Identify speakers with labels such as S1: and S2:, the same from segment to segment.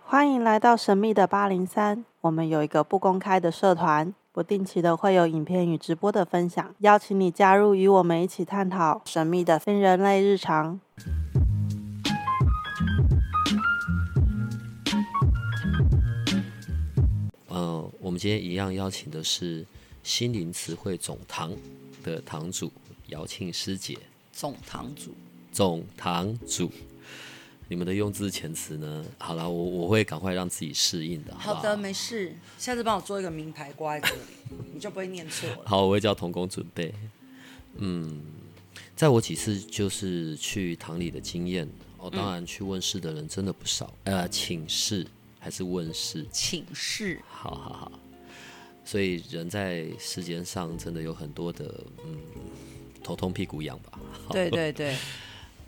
S1: 欢迎来到神秘的八零三，我们有一个不公开的社团，不定期的会有影片与直播的分享，邀请你加入，与我们一起探讨神秘的非人类日常。
S2: 呃，我们今天一样邀请的是心灵词汇总堂的堂主姚庆师姐，
S3: 总堂主，
S2: 总堂主。你们的用字遣词呢？好了，我我会赶快让自己适应的，好不
S3: 好的，没事，下次帮我做一个名牌挂在这里， 你就不会念错了。
S2: 好，我会叫童工准备。嗯，在我几次就是去堂里的经验，哦，当然去问事的人真的不少，呃，请示还是问事，
S3: 请示，
S2: 好好好。所以人在世间上真的有很多的，嗯，头痛屁股痒吧。好
S3: 对对对，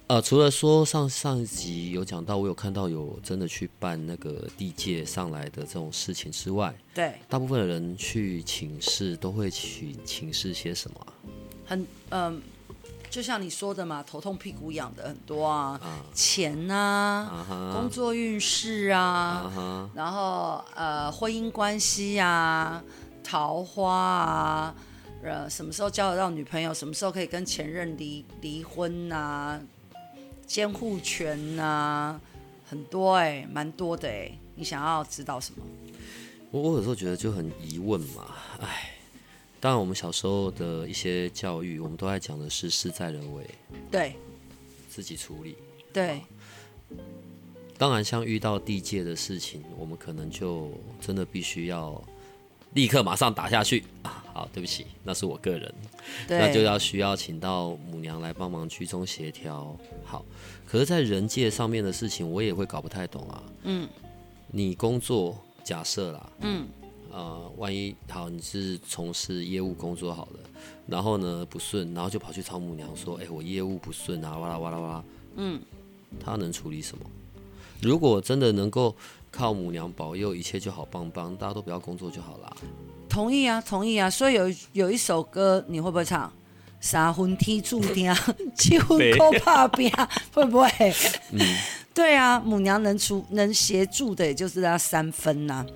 S2: 呃，除了说上上一集有讲到，我有看到有真的去办那个地界上来的这种事情之外，
S3: 对，
S2: 大部分的人去请示都会去请示些什么啊、
S3: 很嗯、就像你说的嘛，头痛屁股痒的很多啊，钱啊，工作运势啊，然后呃，婚姻关系啊，桃花啊。呃，什么时候交得到女朋友？什么时候可以跟前任离离婚呐、监护权呐、很多哎、蛮多的哎、你想要知道什么？
S2: 我我有时候觉得就很疑问嘛，唉。当然，我们小时候的一些教育，我们都在讲的是事在人为，
S3: 对
S2: 自己处理。
S3: 对，
S2: 当然，像遇到地界的事情，我们可能就真的必须要立刻马上打下去啊！好，对不起，那是我个人，
S3: 对，
S2: 那就要需要请到母娘来帮忙居中协调。好，可是，在人界上面的事情，我也会搞不太懂啊。
S3: 嗯，
S2: 你工作假设啦，
S3: 嗯，
S2: 呃，万一好你是从事业务工作好了，然后呢不顺，然后就跑去找母娘说，哎、我业务不顺啊，哇啦哇啦哇啦，嗯，他能处理什么？如果真的能够靠母娘保佑，一切就好棒棒，大家都不要工作就好啦。
S3: 同意啊，同意啊。所以有一有一首歌，你会不会唱？三魂天注定，啊七魂靠打拼，啊会不会？ 对啊，母娘能出能协助的，也就是那三分呐、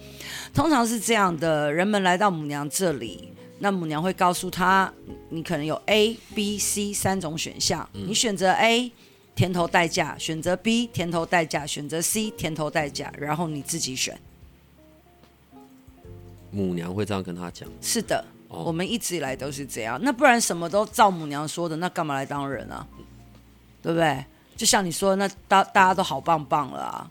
S3: 通常是这样的，人们来到母娘这里，那母娘会告诉他，你可能有 A、B、C 三种选项，你选择 A。甜头代价，选择 B 甜头代价，选择 C 甜头代价，然后你自己选。
S2: 母娘会这样跟他讲，
S3: 是的，
S2: 哦
S3: 我们一直以来都是这样。那不然什么都照母娘说的，那干嘛来当人啊？对不对？就像你说的，那大大家都好棒棒了啊。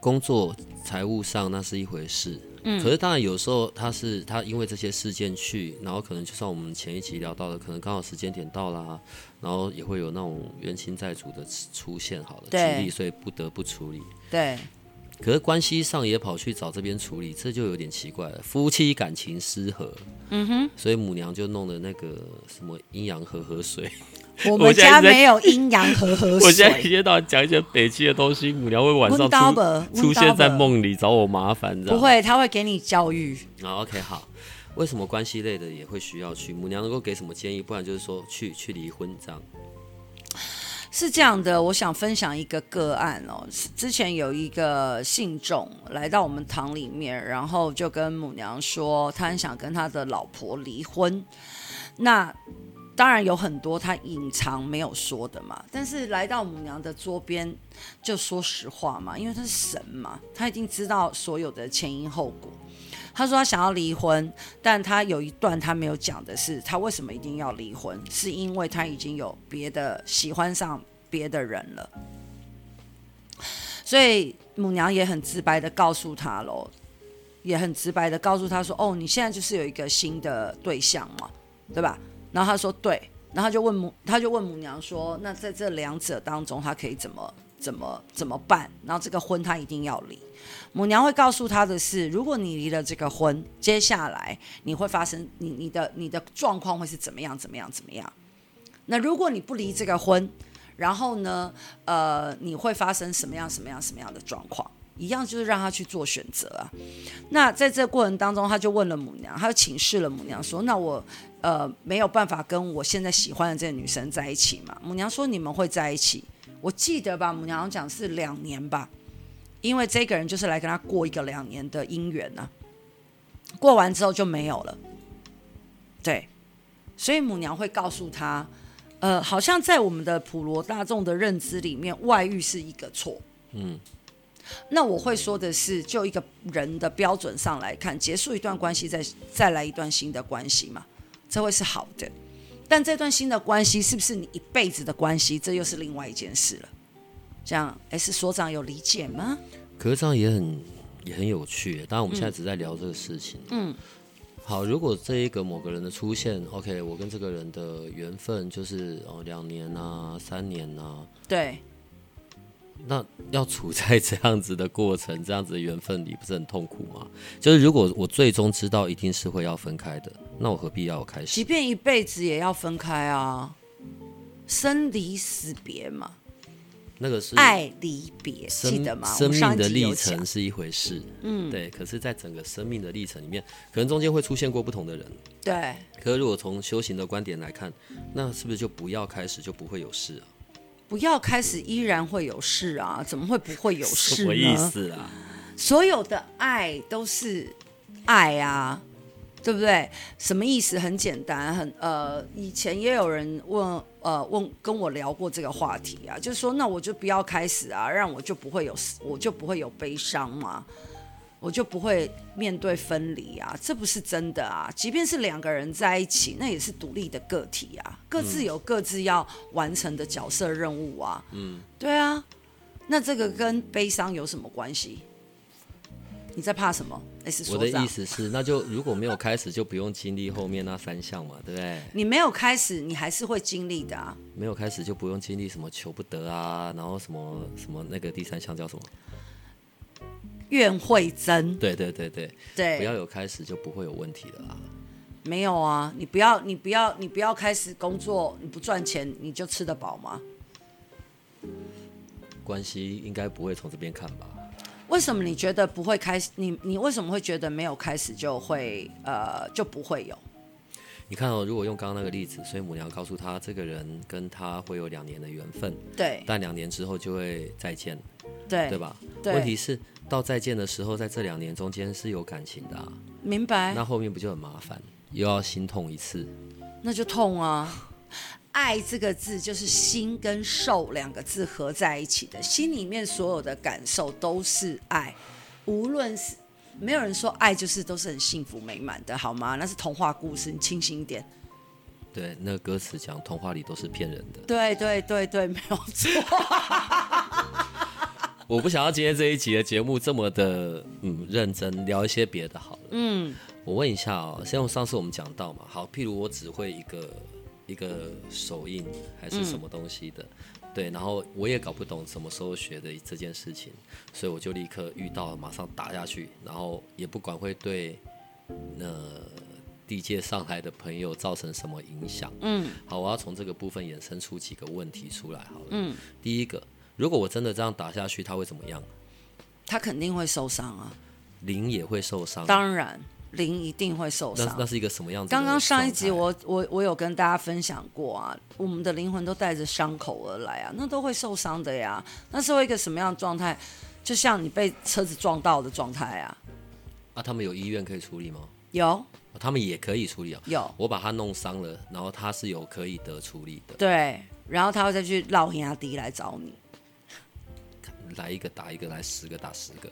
S2: 工作财务上那是一回事。嗯，可是当然有时候他是他因为这些事件去，然后可能就像我们前一集聊到的，可能刚好时间点到啦，然后也会有那种冤亲债主的出现，好了，
S3: 对
S2: 举例，所以不得不处理。
S3: 对
S2: 可是关系上也跑去找这边处理，这就有点奇怪了。夫妻感情失和，嗯哼，所以母娘就弄了那个什么阴阳和合 水。
S3: 我们
S2: 现在
S3: 家
S2: 在
S3: 没有阴阳 和合水，
S2: 天到晚讲一些北气的东西，母娘会晚
S3: 温刀吧温刀吧
S2: 里找我麻烦，这
S3: 不会，他会给你教育。
S2: 啊，OK，好。为什么关系类的也会需要去？母娘能够给什么建议？不然就是说去去离婚这样。
S3: 是这样的，我想分享一个个案哦。是之前有一个信众来到我们堂里面，然后就跟母娘说，他很想跟他的老婆离婚。那当然有很多他隐藏没有说的嘛，但是来到母娘的桌边，就说实话嘛，因为他是神嘛，他一定知道所有的前因后果。他说他想要离婚，但他有一段他没有讲的是，他为什么一定要离婚，是因为他已经有别的喜欢上别的人了。所以母娘也很直白的告诉他喽，也很直白的告诉他说：“哦，你现在就是有一个新的对象嘛，对吧？”然后他说：“对。”然后他就问母，他就问母娘说：“那在这两者当中，他可以怎么怎么怎么办？然后这个婚他一定要离。”母娘会告诉他的是，如果你离了这个婚，接下来你会发生你你的你的状况会是怎么样怎么样怎么样。那如果你不离这个婚，然后呢，呃，你会发生什么样什么样什么样的状况？一样就是让他去做选择啊。那在这过程当中，他就问了母娘，他就请示了母娘说：“那我呃没有办法跟我现在喜欢的这个女生在一起嘛？”母娘说：“你们会在一起。”我记得吧，母娘好像讲是两年吧。因为这个人就是来跟他过一个两年的姻缘呐、过完之后就没有了。对，所以母娘会告诉他，呃，好像在我们的普罗大众的认知里面，外遇是一个错。
S2: 嗯，
S3: 那我会说的是，就一个人的标准上来看，结束一段关系再再来一段新的关系嘛，这会是好的。但这段新的关系是不是你一辈子的关系，这又是另外一件事了。这样，哎，是所长有理解吗？
S2: 可是这样也很也很有趣耶。当然，我们现在只在聊这个事情。嗯，好，如果这一个某个人的出现，OK，我跟这个人的缘分就是哦两年啊、三年啊，
S3: 对，
S2: 那要处在这样子的过程、这样子的缘分里，不是很痛苦吗？就是如果我最终知道一定是会要分开的，那我何必要有开
S3: 即
S2: 始？
S3: 便一辈子也要分开啊，生离死别嘛，
S2: 那个是
S3: 爱离别，
S2: 生
S3: 记得吗？我
S2: 生
S3: 们上
S2: 命
S3: 一
S2: 的
S3: 集有
S2: 历
S3: 讲
S2: 程是一回事，嗯，对。可是，在整个生命的历程里面，可能中间会出现过不同的人。
S3: 对，
S2: 可是如果从修行的观点来看，那是不是就不要开始，就不会有事啊？
S3: 不要开始依然会有事啊，怎么会不会有事
S2: 什么意
S3: 呢？
S2: 思啊？
S3: 所有的爱都是爱啊，对不对？什么意思？很简单，很呃，以前也有人问呃问跟我聊过这个话题啊，就是说那我就不要开始啊，让我就不会有我就不会有悲伤嘛，我就不会面对分离啊，这不是真的啊。即便是两个人在一起，那也是独立的个体啊，各自有各自要完成的角色任务啊。嗯，对啊，那这个跟悲伤有什么关系？你在怕什么？哎，是
S2: 我
S3: 所
S2: 的
S3: 长
S2: 意。思是，那就如果没有开始，就不用经历后面那三项嘛，对不对？
S3: 你没有开始，你还是会经历的啊。
S2: 没有开始就不用经历什么求不得啊，然后什么什么那个第三项叫什么？
S3: 怨会增，
S2: 对对对对，不要
S3: 对，
S2: 有开始就不会有问题的啦。
S3: 没有啊，你不要，你不要，你不要开始工作，你不赚钱，你就吃得饱吗？
S2: 关系应该不会从这边看吧？
S3: 为什么你觉得不会开始？你你为什么会觉得没有开始就会呃就不会有？
S2: 你看哦，如果用刚刚那个例子，所以母娘告诉他，这个人跟他会有两年的缘分，
S3: 对
S2: 但两年之后就会再见，
S3: 对
S2: 对吧？
S3: 对
S2: 问题是到再见的时候，在这两年中间是有感情的、啊，
S3: 明白？
S2: 那后面不就很麻烦，又要心痛一次？
S3: 那就痛啊！爱这个字就是心跟受两个字合在一起的，心里面所有的感受都是爱，无论是没有人说爱就是都是很幸福美满的，好吗？那是童话故事，你清醒一点。
S2: 对，那个歌词讲童话里都是骗人的。
S3: 对对对对，没有错。
S2: 我不想要今天这一集的节目这么的嗯认真，聊一些别的好了。嗯，我问一下哦，像上次我们讲到嘛，好，譬如我只会一个一个手印还是什么东西的，对，然后我也搞不懂什么时候学的这件事情，所以我就立刻遇到了马上打下去，然后也不管会对呃地界上来的朋友造成什么影响。嗯，好，我要从这个部分衍生出几个问题出来好了。嗯，第一个。如果我真的这样打下去，他会怎么样？
S3: 他肯定会受伤啊，
S2: 灵也会受伤。
S3: 当然灵一定会受
S2: 那
S3: 伤
S2: 那。是一个什么样子的
S3: 刚
S2: 状态？
S3: 刚上一集我我我有跟大家分享过啊，我们的灵魂都带着伤口而来啊，那都会受伤的呀。那是会一个什么样的状态？就像你被车子撞到的状态啊，
S2: 啊，他们有医院可以处理吗？
S3: 有
S2: 啊他们也可以处理啊。
S3: 有
S2: 我把他弄伤了，然后他是有可以得处理的，
S3: 对，然后他会再去绕压低来找你，
S2: 来一个打一个，来十个打十个，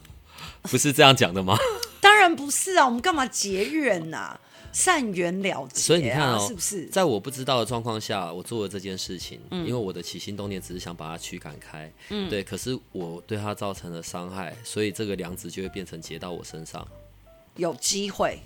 S2: 不是这样讲的吗？
S3: 当然不是啊，我们干嘛结怨呐、善缘了结、啊，
S2: 所以你看哦，
S3: 是不是？
S2: 在我不知道的状况下，我做了这件事情，
S3: 嗯
S2: 因为我的起心动念只是想把他驱赶开，嗯，对，可是我对他造成了伤害，所以这个良值就会变成结到我身上。
S3: 有机会，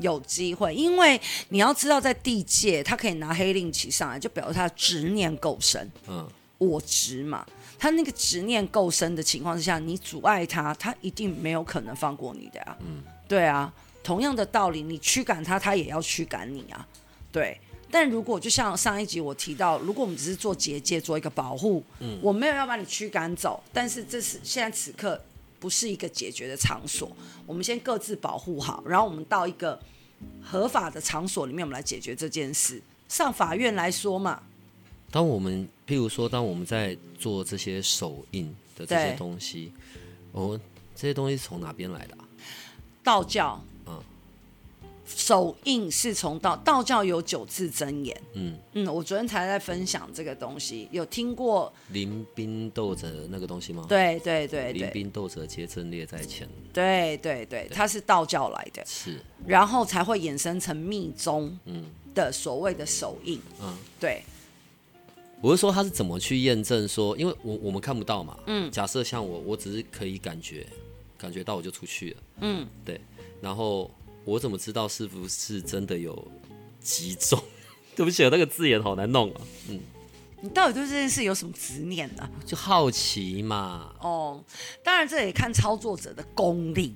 S3: 有机会，因为你要知道，在地界，他可以拿黑令旗上来，就表示他的执念够深，
S2: 嗯，
S3: 我执嘛。他那个执念够深的情况之下，你阻碍他，他一定没有可能放过你的啊。嗯，对啊，同样的道理，你驱赶他，他也要驱赶你啊。对，但如果就像上一集我提到，如果我们只是做结界，做一个保护，嗯，我没有要把你驱赶走，但是这是现在此刻不是一个解决的场所，我们先各自保护好，然后我们到一个合法的场所里面，我们来解决这件事，上法院来说嘛，
S2: 当我们譬如说，当我们在做这些手印，的这些
S3: 对
S2: 东西，哦，这些东西是从哪边来的啊、
S3: 道教，
S2: 嗯
S3: 手印是从道道教有九字真言，
S2: 嗯
S3: 嗯，我昨天才在分享这个东西，有听过，
S2: 临兵斗者那个东西吗？，
S3: 对对对
S2: 临
S3: 对
S2: 兵斗者，皆阵列在前，
S3: 对对对，它是道教来的，
S2: 是，
S3: 然后才会衍生成密宗
S2: 嗯
S3: 的所谓的手印，
S2: 嗯。
S3: 对，
S2: 我是说他是怎么去验证说，因为我我们看不到嘛。嗯。假设像我，我只是可以感觉，感觉到我就出去了。嗯。对。然后我怎么知道是不是真的有集中？ 对不起，那个字眼好难弄啊。
S3: 你到底对这件事有什么执念呢、
S2: 就好奇嘛。
S3: 哦，当然这也看操作者的功力，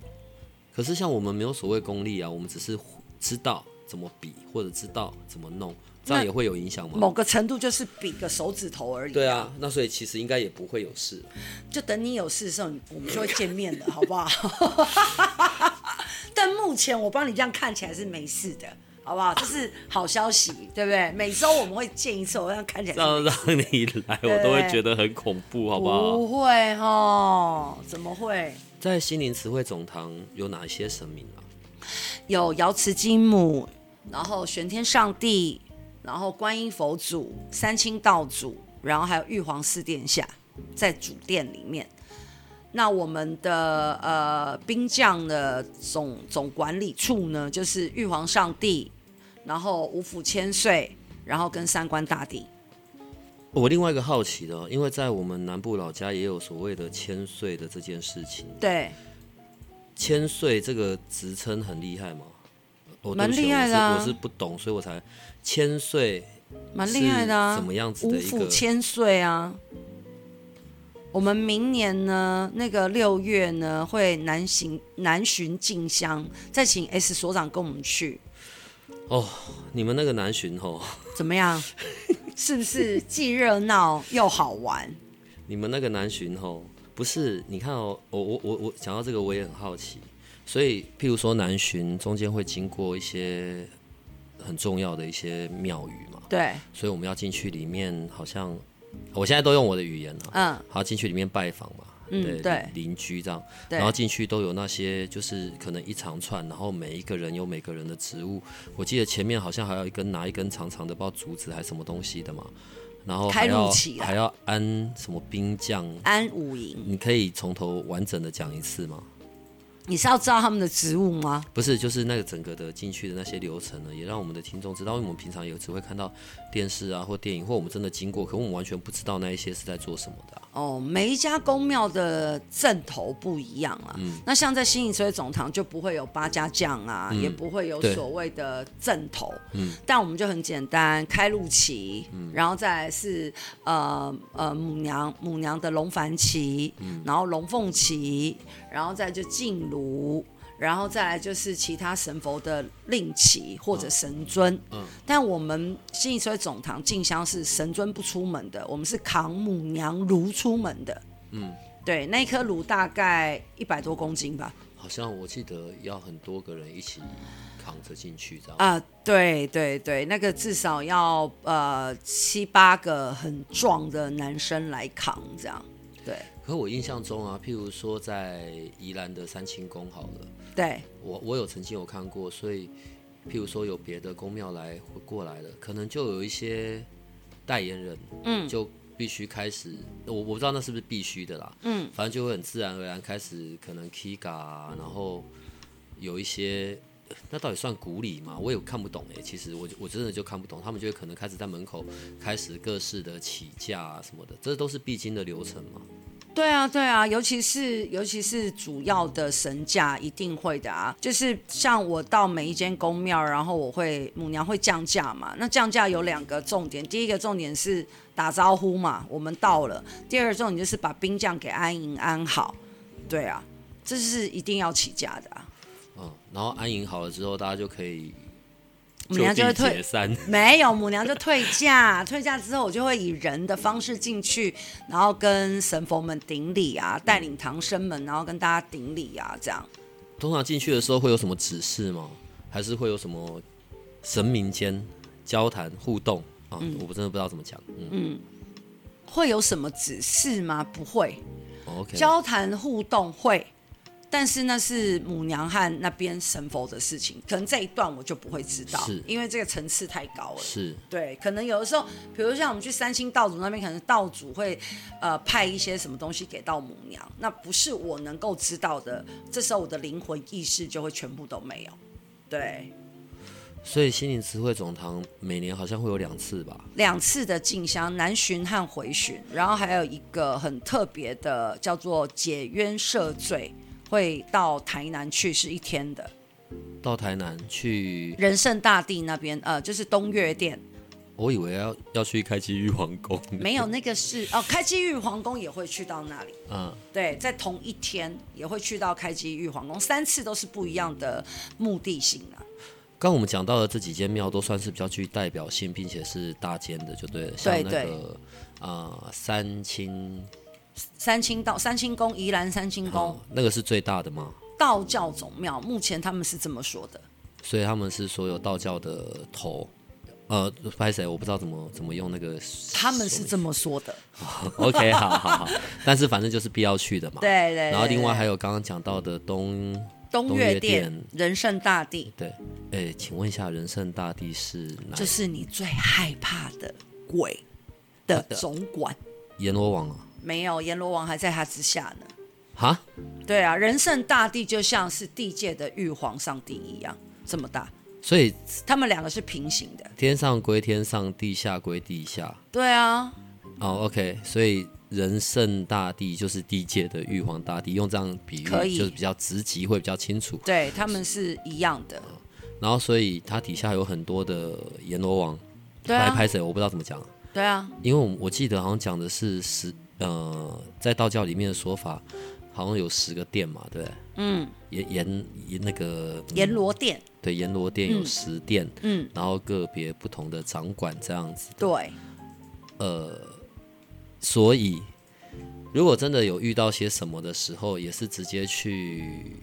S2: 可是像我们没有所谓功力啊，我们只是知道怎么比，或者知道怎么弄，这样
S3: 那
S2: 也会有影响吗？
S3: 某个程度就是比个手指头而已、
S2: 对，啊，那所以其实应该也不会有 事。
S3: 就等你有事的时候，你我们就会见面的，好不 好？但目前我帮你这样看起来是没事的，好不好？这是好消息，对不对？每周我们会见一次，我这样看起来
S2: 这
S3: 是
S2: 样让你来，我都会觉得很恐怖，好不好？
S3: 不会哦，怎么会？
S2: 在心灵词汇总堂有哪些神明啊？
S3: 有瑶池金母，然后玄天上帝，然后观音佛祖、三清道祖，然后还有玉皇四殿下，在主殿里面。那我们的呃兵将的总总管理处呢，就是玉皇上帝，然后五府千岁，然后跟三官大帝。
S2: 我另外一个好奇的哦，因为在我们南部老家也有所谓的千岁的这件事情，
S3: 对，
S2: 千岁这个职称很厉害吗？哦
S3: 蛮
S2: 对不起
S3: 厉害的啊
S2: 我是，我是不懂，所以我才千岁
S3: 蛮厉害的啊，
S2: 是怎么样子的
S3: 五
S2: 一个
S3: 府千岁啊。我们明年呢，那个六月呢，会南行南巡进香，再请 S 所长跟我们去，
S2: 哦。你们那个南巡哦，
S3: 怎么样？ 是不是既热闹又好玩？
S2: 你们那个南巡吼，不是？你看哦，我我我我讲到这个，我也很好奇。所以，譬如说南巡中间会经过一些很重要的一些庙宇嘛，
S3: 对，
S2: 所以我们要进去里面，好像我现在都用我的语言啊，
S3: 嗯，
S2: 好进去里面拜访嘛，
S3: 嗯对
S2: 邻邻居这样，
S3: 对
S2: 然后进去都有那些就是可能一长串，然后每一个人有每个人的职务，我记得前面好像还有一根拿一根长长的，不知道竹子还是什么东西的嘛，然后还
S3: 开路
S2: 要
S3: 旗啊
S2: 还要安什么兵将，
S3: 安五营，
S2: 你可以从头完整的讲一次吗？
S3: 你是要知道他们的职务吗？
S2: 不是，就是那个整个的进去的那些流程呢，也让我们的听众知道，因为我们平常也只会看到电视啊或电影，或我们真的经过，可我们完全不知道那一些是在做什么的啊、
S3: 哦，每一家公庙的阵头不一样啊。那像在新营水总堂就不会有八家将啊，也不会有
S2: 对
S3: 所谓的阵头。但我们就很简单，开路旗，然后再来是呃呃母娘母娘的龙幡旗，然后龙凤旗，然后再就进炉。然后再来就是其他神佛的令旗或者神尊，但我们新一村总堂进香是神尊不出门的，我们是扛母娘炉出门的。嗯，对，那一颗炉大概一百多公斤吧。
S2: 好像我记得要很多个人一起扛着进去这样。
S3: 啊、对对对，那个至少要呃七八个很壮的男生来扛这样。对
S2: 可我印象中啊，譬如说在宜兰的三清宫好了，
S3: 对，
S2: 我我有曾经有看过，所以譬如说有别的宫庙来过来了，可能就有一些代言人，嗯，就必须开始，我我不知道那是不是必须的啦，嗯，反正就会很自然而然开始可能 Kiga，、啊、然后有一些。那到底算古礼吗？我也看不懂哎、其实我我真的就看不懂，他们就会可能开始在门口开始各式的起价啊什么的，这都是必经的流程嘛。
S3: 对啊，对啊，尤其是尤其是主要的神价一定会的啊，就是像我到每一间宫庙，然后我会母娘会降价嘛。那降价有两个重点，第一个重点是打招呼嘛，我们到了；第二个重点就是把兵将给安营安好。对啊，这是一定要起价的啊。
S2: 嗯，然后安营好了之后，大家就可以
S3: 母娘就会
S2: 地解
S3: 退，
S2: 散。
S3: 没有母娘就退价， 退价之后我就会以人的方式进去，然后跟神佛们顶礼啊，带领唐僧们，然后跟大家顶礼啊，这样。
S2: 通常进去的时候会有什么指示吗？还是会有什么神明间交谈互动啊？我真的不知道怎么讲。嗯，
S3: 会有什么指示吗？不会，
S2: 哦 OK，
S3: 交谈互动会，但是那是母娘和那边神佛的事情，可能这一段我就不会知道
S2: 是，
S3: 因为这个层次太高了。
S2: 是
S3: 对，可能有的时候，比如像我们去三星道祖那边，可能道祖会呃派一些什么东西给到母娘，那不是我能够知道的，这时候我的灵魂意识就会全部都没有。对，
S2: 所以心灵词汇总堂每年好像会有两次吧？
S3: 两次的进香，南巡和回巡，然后还有一个很特别的叫做解冤赦罪，会到台南去是一天的，
S2: 到台南去，
S3: 仁圣大帝那边，呃，就是东岳殿，
S2: 我以为要要去开机玉皇宫，
S3: 没有那个是哦，开基玉皇宫也会去到那里，
S2: 啊，
S3: 对，在同一天也会去到开基玉皇宫，三次都是不一样的目的性啊。
S2: 刚我们讲到的这几间庙都算是比较具代表性，并且是大间的，就对了，像那个啊、呃三清
S3: 三清道、三清宫、宜兰三清宫
S2: 哦，那个是最大的嘛，
S3: 道教总庙，目前他们是这么说的。
S2: 所以他们是所有道教的头。呃，拍谁？我不知道怎么怎么用那个。
S3: 他们是这么说的，
S2: OK，好好 好，但是反正就是必要去的嘛。
S3: 对对对
S2: 然后另外
S3: 对
S2: 还有刚刚讲到的东，
S3: 东
S2: 东岳
S3: 岳殿
S2: 殿、
S3: 仁圣大帝，
S2: 对，哎，请问一下，仁圣大帝是哪一？
S3: 就是你最害怕的鬼的总管。
S2: 阎罗王啊？
S3: 没有，阎罗王还在他之下呢。
S2: 哈？
S3: 对啊，仁圣大帝就像是地界的玉皇上帝一样，这么大，
S2: 所以
S3: 他们两个是平行的。
S2: 天上归天上，地下归地下。
S3: 对啊，
S2: 哦，OK，所以仁圣大帝就是地界的玉皇大帝，用这样比喻
S3: 可以
S2: 就是比较直级，会比较清楚。
S3: 对，他们是一样的。
S2: 然后，所以它底下有很多的阎罗王，
S3: 对
S2: 来
S3: 啊，
S2: 拍谁？我不知道怎么讲，
S3: 对啊，
S2: 因为我我记得好像讲的是十呃，在道教里面的说法，好像有十个殿嘛，对不对？
S3: 嗯，
S2: 阎阎阎那个嗯
S3: 阎罗殿，
S2: 对阎罗殿有十殿，
S3: 嗯，
S2: 然后个别不同的掌管这样子。
S3: 对，
S2: 所以，如果真的有遇到些什么的时候，也是直接去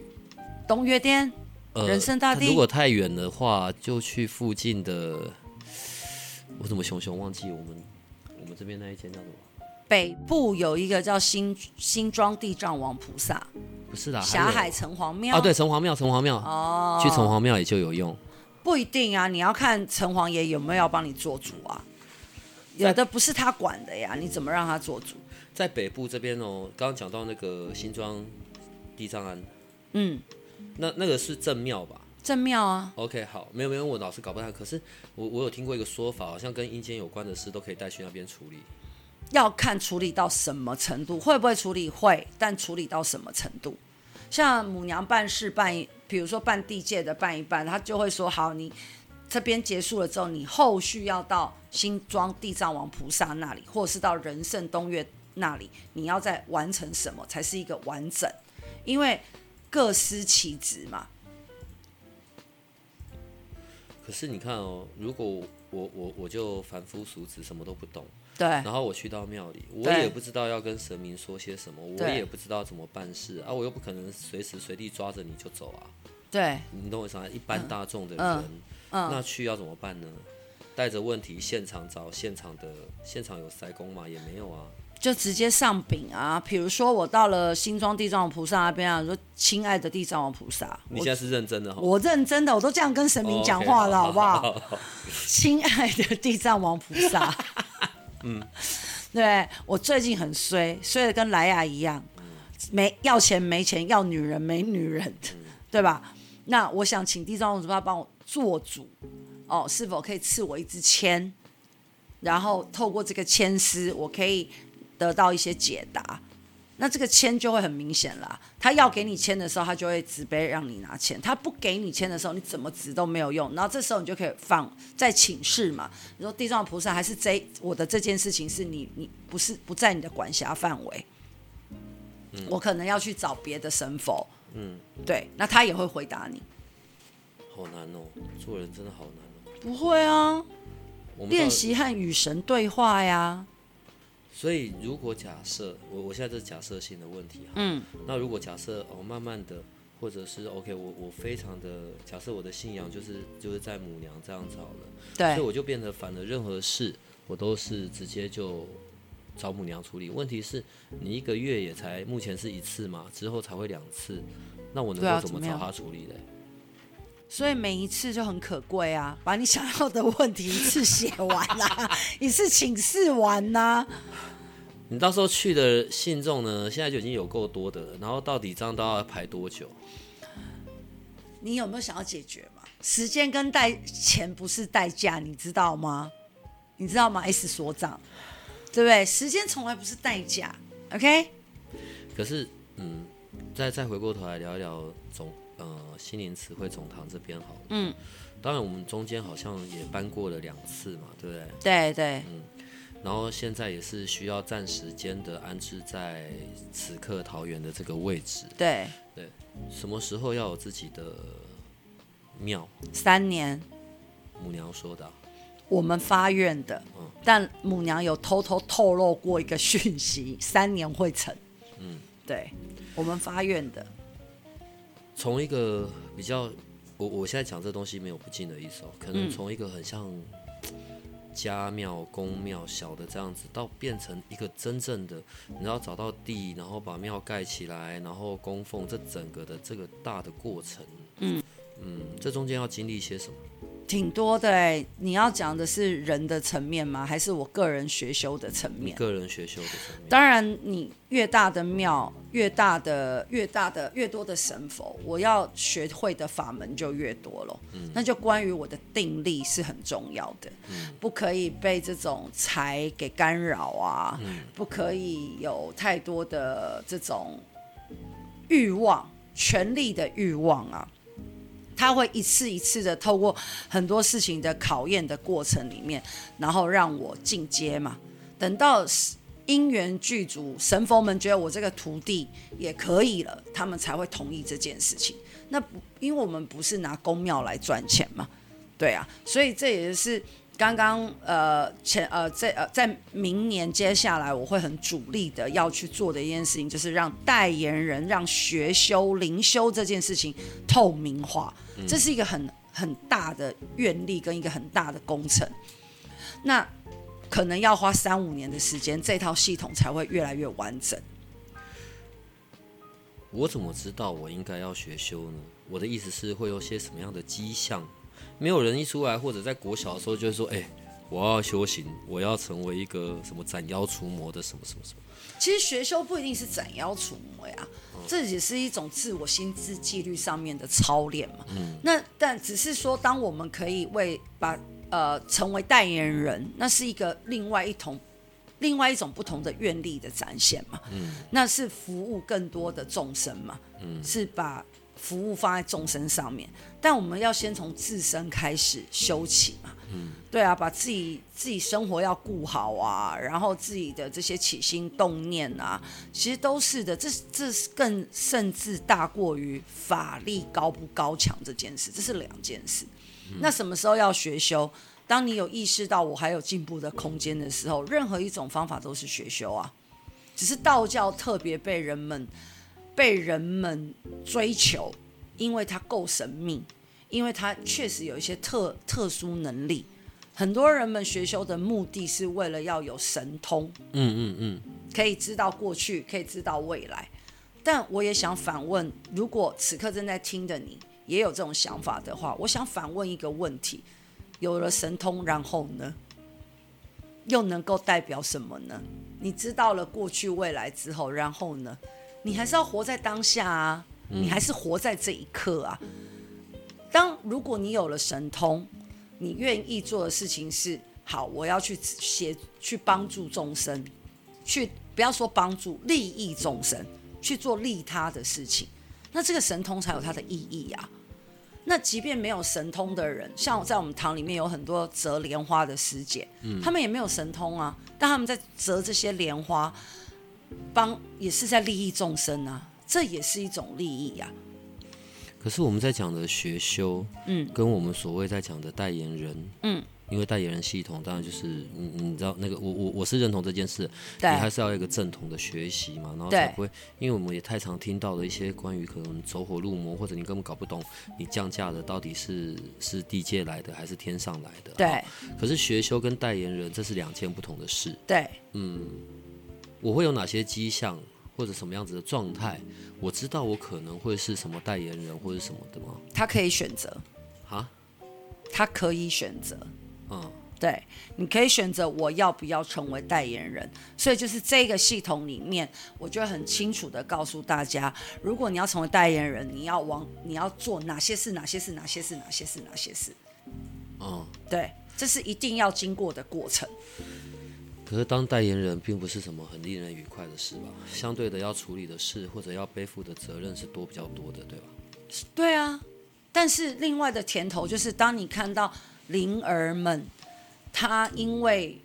S3: 东岳殿，
S2: 呃
S3: 人生大地
S2: 如果太远的话，就去附近的。我怎么熊熊忘记我们我们这边那一间叫什么？
S3: 北部有一个叫新新庄地藏王菩萨，
S2: 不是啦，
S3: 霞
S2: 啊还
S3: 海
S2: 有
S3: 城隍庙
S2: 啊，对，城隍庙，城隍庙，
S3: 哦，
S2: 去城隍庙也就有用。
S3: 不一定啊，你要看城隍爷有没有要帮你做主啊。有的不是他管的呀，你怎么让他做主？
S2: 在北部这边哦，刚刚讲到那个新庄地藏庵，
S3: 嗯，
S2: 那那个是正庙吧
S3: 正庙啊，
S2: ？OK，好，没有没有，我老是搞不太。可是我我有听过一个说法，好像跟阴间有关的事都可以带去那边处理。
S3: 要看处理到什么程度，会不会处理会，但处理到什么程度。像母娘办事办一，比如说办地界的办一办，他就会说好，你这边结束了之后，你后续要到新庄地藏王菩萨那里，或者是到仁圣东岳那里，你要再完成什么才是一个完整，因为各司其职嘛。
S2: 可是你看哦，如果我我我就凡夫俗子，什么都不懂，
S3: 对
S2: 然后我去到庙里，我
S3: 对
S2: 也不知道要跟神明说些什么，我
S3: 对
S2: 也不知道怎么办事啊，我又不可能随时随地抓着你就走啊，
S3: 对，
S2: 你懂我意思吗？一般大众的人，
S3: 嗯
S2: 那去要怎么办呢？带着问题现场找现场的，现场有塞工吗？也没有啊。
S3: 就直接上禀啊。比如说我到了新庄地藏王菩萨那边啊，我说亲爱的地藏王菩萨，
S2: 你
S3: 我
S2: 现在是认真的哈？哦
S3: 我认真的，我都这样跟神明讲话哦了，好不好？亲爱的地藏王菩萨， 嗯，对我最近很衰，衰的跟莱雅一样，没要钱没钱，要女人没女人，对吧？那我想请地藏王菩萨帮我做主，哦，是否可以赐我一支签？然后透过这个签诗，我可以得到一些解答。那这个签就会很明显啦。他要给你签的时候，他就会直杯让你拿钱；他不给你签的时候，你怎么指都没有用。然后这时候你就可以放在请示嘛，你说地藏菩萨还是这我的这件事情是你你不是不在你的管辖范围，
S2: 嗯
S3: 我可能要去找别的神佛，嗯，对，那他也会回答你，
S2: 好难哦，做人真的好难哦。
S3: 不会啊，
S2: 我们到
S3: 练习和与神对话呀，
S2: 所以，如果假设我我现在这是假设性的问题哈，
S3: 嗯，
S2: 那如果假设哦，慢慢的，或者是 OK，我我非常的假设我的信仰就是就是在母娘
S3: 哎
S2: 这样子好了，所以
S3: 对
S2: 我就变得反而任何事我都是直接就找母娘处理。问题是，你一个月也才目前是一次嘛，之后才会两次，那我能
S3: 对啊
S2: 够怎么
S3: 怎么
S2: 找
S3: 样
S2: 他处理嘞？
S3: 所以每一次就很可贵啊，把你想要的问题一次写完啦、一次请示完啊呐、
S2: 你到时候去的信众呢，现在就已经有够多的了，然后到底这样都要排多久？
S3: 你有没有想要解决嘛？时间跟代钱不是代价，你知道吗？你知道吗？S 所长，对不对？时间从来不是代价，OK？
S2: 可是，嗯，再再回过头来聊一聊总呃心灵词汇总堂这边好，嗯，当然我们中间好像也搬过了两次嘛，对不对？
S3: 对对，
S2: 然后现在也是需要暂时间的安置在此刻桃园的这个位置，
S3: 对，
S2: 什么时候要有自己的庙？
S3: 三年
S2: 母娘说的啊、
S3: 我们发愿的，但母娘有偷偷透露过一个讯息，三年会成。嗯，对，我们发愿的，
S2: 从一个比较，我我现在讲这东西没有不敬的意思哦，可能从一个很像家庙、公庙小的这样子，到变成一个真正的，你要找到地，然后把庙盖起来，然后供奉这整个的这个大的过程，嗯这中间要经历些什么？
S3: 挺多的哎、你要讲的是人的层面吗？还是我个人学修的层
S2: 你
S3: 面？
S2: 个人学修的层面，
S3: 当然，你越大的庙，越大的、越大的、越多的神佛，我要学会的法门就越多了。那就关于我的定力是很重要的，不可以被这种财给干扰啊，不可以有太多的这种欲望、权力的欲望啊。他会一次一次的透过很多事情的考验的过程里面，然后让我进阶嘛。等到因缘具足，神佛们觉得我这个徒弟也可以了，他们才会同意这件事情。那不，因为我们不是拿公庙来赚钱嘛，对啊，所以这也是刚刚呃前呃在呃在明年接下来我会很主力的要去做的一件事情，就是让代言人、让学修、灵修这件事情透明化，这是一个很很大的愿力跟一个很大的工程。那可能要花三五年的时间，这套系统才会越来越完整。
S2: 我怎么知道我应该要学修呢？我的意思是会有些什么样的迹象？没有人一出来，或者在国小的时候就会说：“哎、我要修行，我要成为一个什么斩妖除魔的什么什么什么。
S3: 其实学修不一定是斩妖除魔呀，这也是一种自我心智纪律上面的操练嘛。那但只是说，当我们可以为把呃成为代言人，那是一个另外一同另外一种不同的愿力的展现嘛。那是服务更多的众生嘛。是把服务放在众生上面，但我们要先从自身开始修起嘛。对啊，把自己自己生活要顾好啊，然后自己的这些起心动念啊，其实都是的。这这是更甚至大过于法力高不高强这件事，这是两件事。那什么时候要学修？当你有意识到我还有进步的空间的时候，任何一种方法都是学修啊。只是道教特别被人们被人们追求，因为它够神秘，因为它确实有一些特特殊能力。很多人们学修的目的是为了要有神通，
S2: 嗯”嗯嗯
S3: 可以知道过去，可以知道未来。但我也想反问，如果此刻正在听的你也有这种想法的话，我想反问一个问题：有了神通，然后呢？又能够代表什么呢？你知道了过去、未来之后，然后呢？你还是要活在当下啊，
S2: 嗯
S3: 你还是活在这一刻啊。当如果你有了神通，你愿意做的事情是：好，我要去协去帮助众生，去不要说帮助利益众生，去做利他的事情，那这个神通才有它的意义啊。那即便没有神通的人，像在我们堂里面有很多折莲花的师姐，
S2: 嗯
S3: 他们也没有神通啊，但他们在折这些莲花，帮也是在利益众生啊，这也是一种利益呀、啊。
S2: 嗯。可是我们在讲的学修，
S3: 嗯，
S2: 跟我们所谓在讲的代言人，
S3: 嗯，
S2: 因为代言人系统当然就是你你知道那个我我我是认同这件事，
S3: 对
S2: 你还是要有一个正统的学习嘛，然后
S3: 对
S2: 才不会，因为我们也太常听到了一些关于可能走火入魔，或者你根本搞不懂你降价的到底是是地界来的还是天上来的。
S3: 对
S2: 可是学修跟代言人这是两件不同的事。
S3: 对，
S2: 嗯，我会有哪些迹象或者什么样子的状态？我知道我可能会是什么代言人或者什么的吗？
S3: 他可以选择，
S2: 啊，
S3: 他可以选择，
S2: 嗯，
S3: 对，你可以选择我要不要成为代言人，所以就是这个系统里面，我就很清楚的告诉大家，如果你要成为代言人，你要往你要做哪些事，哪些事，哪些事，哪些事，哪些事，
S2: 嗯。
S3: 对，这是一定要经过的过程。
S2: 可是当代言人并不是什么很令人愉快的事吧？相对的，要处理的事或者要背负的责任是多比较多的，对吧？
S3: 对啊，但是另外的甜头就是，当你看到灵儿们，她因为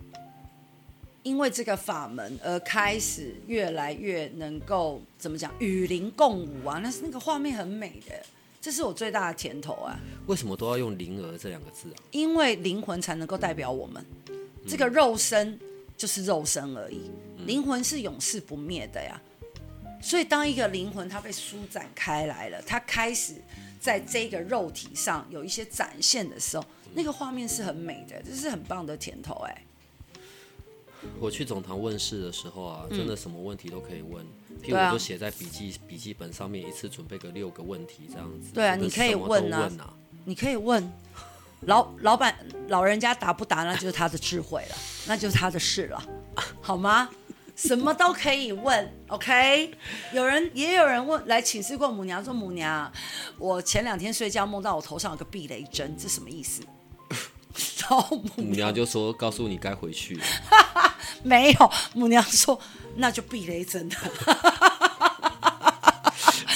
S3: 因为这个法门而开始越来越能够怎么讲与灵共舞啊，那是那个画面很美的，这是我最大的甜头啊，
S2: 为什么都要用“灵儿”这两个字啊？
S3: 因为灵魂才能够代表我们，这个肉身就是肉身而已，灵魂是永世不灭的呀。所以，当一个灵魂它被舒展开来了，它开始在这个肉体上有一些展现的时候，那个画面是很美的，这是很棒的甜头哎、
S2: 我去总堂问事的时候啊，真的什么问题都可以问，譬
S3: 嗯对
S2: 如
S3: 啊
S2: 我就写在笔记笔记本上面，一次准备个六个问题这样子。
S3: 对啊
S2: 真的
S3: 你可以
S2: 什么都
S3: 问
S2: 问
S3: 啊
S2: 啊
S3: 你可以问老老板老人家答不答，那就是他的智慧了， 那就是他的事了， 好吗？什么都可以问，OK？有人也有人问来请示过母娘，说母娘，我前两天睡觉梦到我头上有个避雷针，这什么意思？ 然后母
S2: 母娘就说告诉你该回去 了，
S3: 没有，母娘说那就避雷针啊的，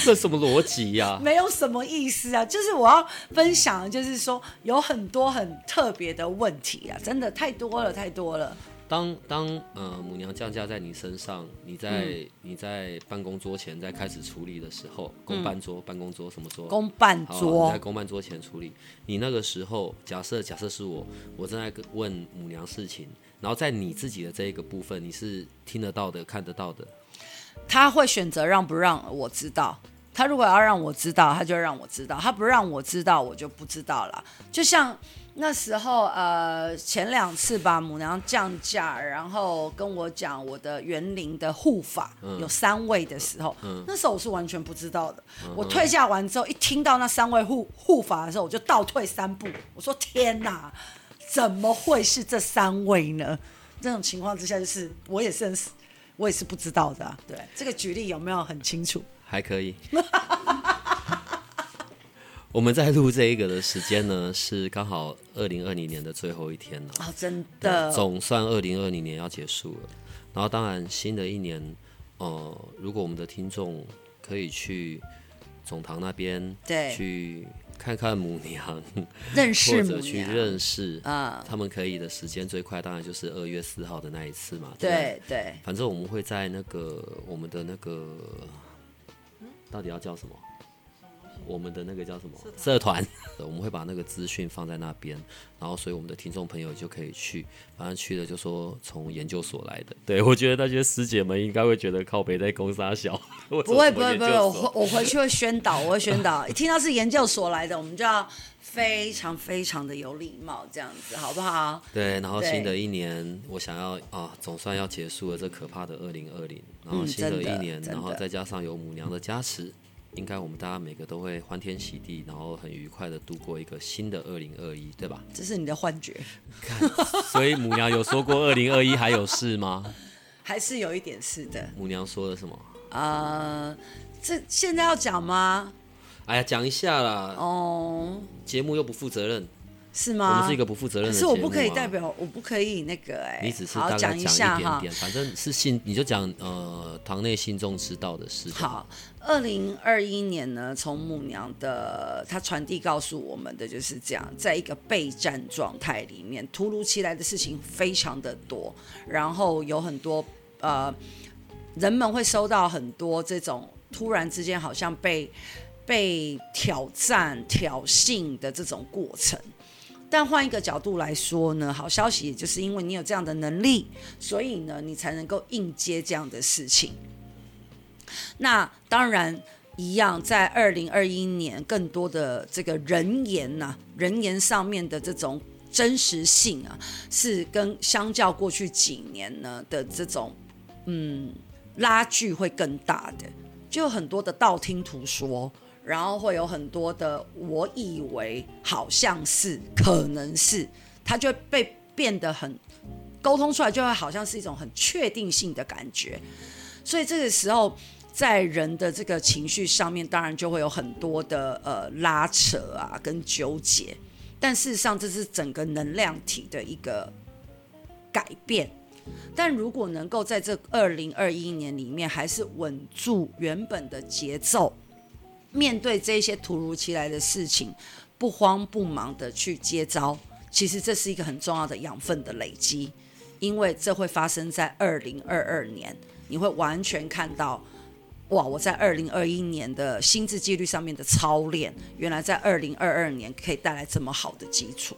S2: 这什么逻辑呀、
S3: 没有什么意思啊。就是我要分享的，就是说有很多很特别的问题啊，真的太多了，太多了。
S2: 当当呃母娘降价在你身上，你在、
S3: 嗯
S2: 你在办公桌前在开始处理的时候，公办桌、办公桌什么桌？
S3: 公办
S2: 好
S3: 桌
S2: 哦你在，公办桌前处理。你那个时候，假设假设是我，我正在跟问母娘事情，然后在你自己的这一个部分，你是听得到的、看得到的。
S3: 他会选择让不让我知道。他如果要让我知道，他就让我知道；他不让我知道，我就不知道了。就像那时候，呃，前两次吧，母娘降价，然后跟我讲我的园林的护法、
S2: 嗯
S3: 有三位的时候，那时候我是完全不知道的。
S2: 嗯
S3: 我退下完之后，一听到那三位护护法的时候，我就倒退三步，我说：“天哪，怎么会是这三位呢？”这种情况之下，就是我也是很我也是不知道的、啊。对，这个举例有没有很清楚？
S2: 还可以。 我们在录这一个的时间呢，是刚好二零二零年的最后一天了。
S3: 啊、真的，
S2: 总算二零二零年要结束了。然后，当然新的一年，呃，如果我们的听众可以去总堂那边，
S3: 对
S2: 去看看母娘，
S3: 认
S2: 或
S3: 识母
S2: 者去
S3: 娘，
S2: 认识，
S3: 啊
S2: 他们可以的时间最快，当然就是二月四号的那一次嘛。不
S3: 对对，
S2: 反正我们会在那个我们的那个，到底要叫什么？我们的那个叫什么社团？ 我们会把那个资讯放在那边，然后所以我们的听众朋友就可以去，反正去了就说从研究所来的。对我觉得那些师姐们应该会觉得靠北在攻杀小，不
S3: 不会不会不会，我回我回去会宣导，我会宣 导。一听到是研究所来的，我们就要非常非常的有礼貌，这样子好不好？
S2: 对，然后新的
S3: 对
S2: 一年，我想要啊，总算要结束了这可怕的二零二零。然后
S3: 嗯
S2: 新的
S3: 真的
S2: 一年，
S3: 真的
S2: 然后再加上有母娘的加持，应该我们大家每个都会欢天喜地，然后很愉快的度过一个新的二零二一，对吧？
S3: 这是你的幻觉，
S2: 所以母娘有说过二零二一还有事吗？
S3: 还是有一点是的。
S2: 母娘说了什么？
S3: 呃，这现在要讲吗？
S2: 哎呀，讲一下啦，
S3: 哦，
S2: 节目又不负责任，
S3: 是
S2: 我
S3: 吗？
S2: 们是一个不负责任
S3: 可
S2: 的节
S3: 是
S2: 目、啊。
S3: 我不可以代表，我不可以那个哎、
S2: 你只是
S3: 好
S2: 大概
S3: 讲
S2: 讲
S3: 一
S2: 一
S3: 下
S2: 点
S3: 哈。
S2: 点，反正是信，你就讲呃，堂内信众知道的事。，
S3: 好，二零二一年呢，从母娘的她传递告诉我们的就是这样，在一个备战状态里面，突如其来的事情非常的多，然后有很多呃，人们会收到很多这种突然之间好像被被挑战、挑衅的这种过程。但换一个角度来说呢，好消息也就是因为你有这样的能力，所以呢，你才能够应接这样的事情。那当然一样，在二零二一年，更多的这个人言呐、人言上面的这种真实性啊，是跟相较过去几年呢的这种拉锯会更大的，就有很多的道听途说，然后会有很多的我以为好像是，可能是，它就会被变得很沟通出来，就会好像是一种很确定性的感觉，所以这个时候。在人的这个情绪上面，当然就会有很多的呃拉扯啊，跟纠结。但事实上，这是整个能量体的一个改变。但如果能够在这二零二一年里面，还是稳住原本的节奏，面对这些突如其来的事情，不慌不忙的去接招，其实这是一个很重要的养分的累积，因为这会发生在二零二二年，你会完全看到。哇！我在二零二一年的心智纪律上面的操练，原来在二零二二年可以带来这么好的基础。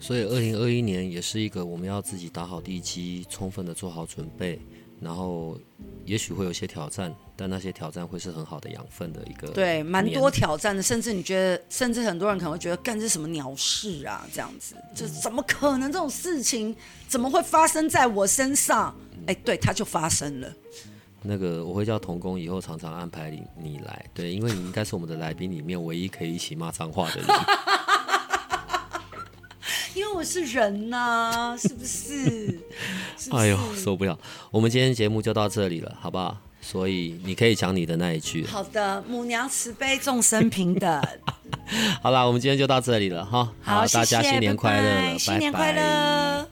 S2: 所以，二零二一年也是一个我们要自己打好地基，充分的做好准备，然后也许会有一些挑战，但那些挑战会是很好的养分的一个。
S3: 对，蛮多。挑战的，甚至你觉得，甚至很多人可能会觉得，干这什么鸟事啊？这样子，就是怎么可能这种事情怎么会发生在我身上？哎，对，它就发生了。
S2: 那个我会叫童工以后常常安排你你来，对，因为你应该是我们的来宾里面唯一可以一起骂脏话 的人。
S3: 因为我是人呐、是不 是？是不是
S2: 哎呦，受不了！我们今天节目就到这里了，好不好？所以你可以讲你的那一句。
S3: 好的，母娘慈悲，众生平 等。
S2: 好啦，我们今天就到这里了哈。
S3: 好，
S2: 大家
S3: 谢谢
S2: 新年快乐
S3: 拜
S2: 了，
S3: 拜新年
S2: 拜
S3: 快
S2: 拜
S3: 乐。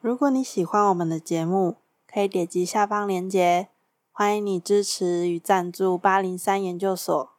S1: 如果你喜欢我们的节目，可以点击下方链接，欢迎你支持与赞助八零三研究所。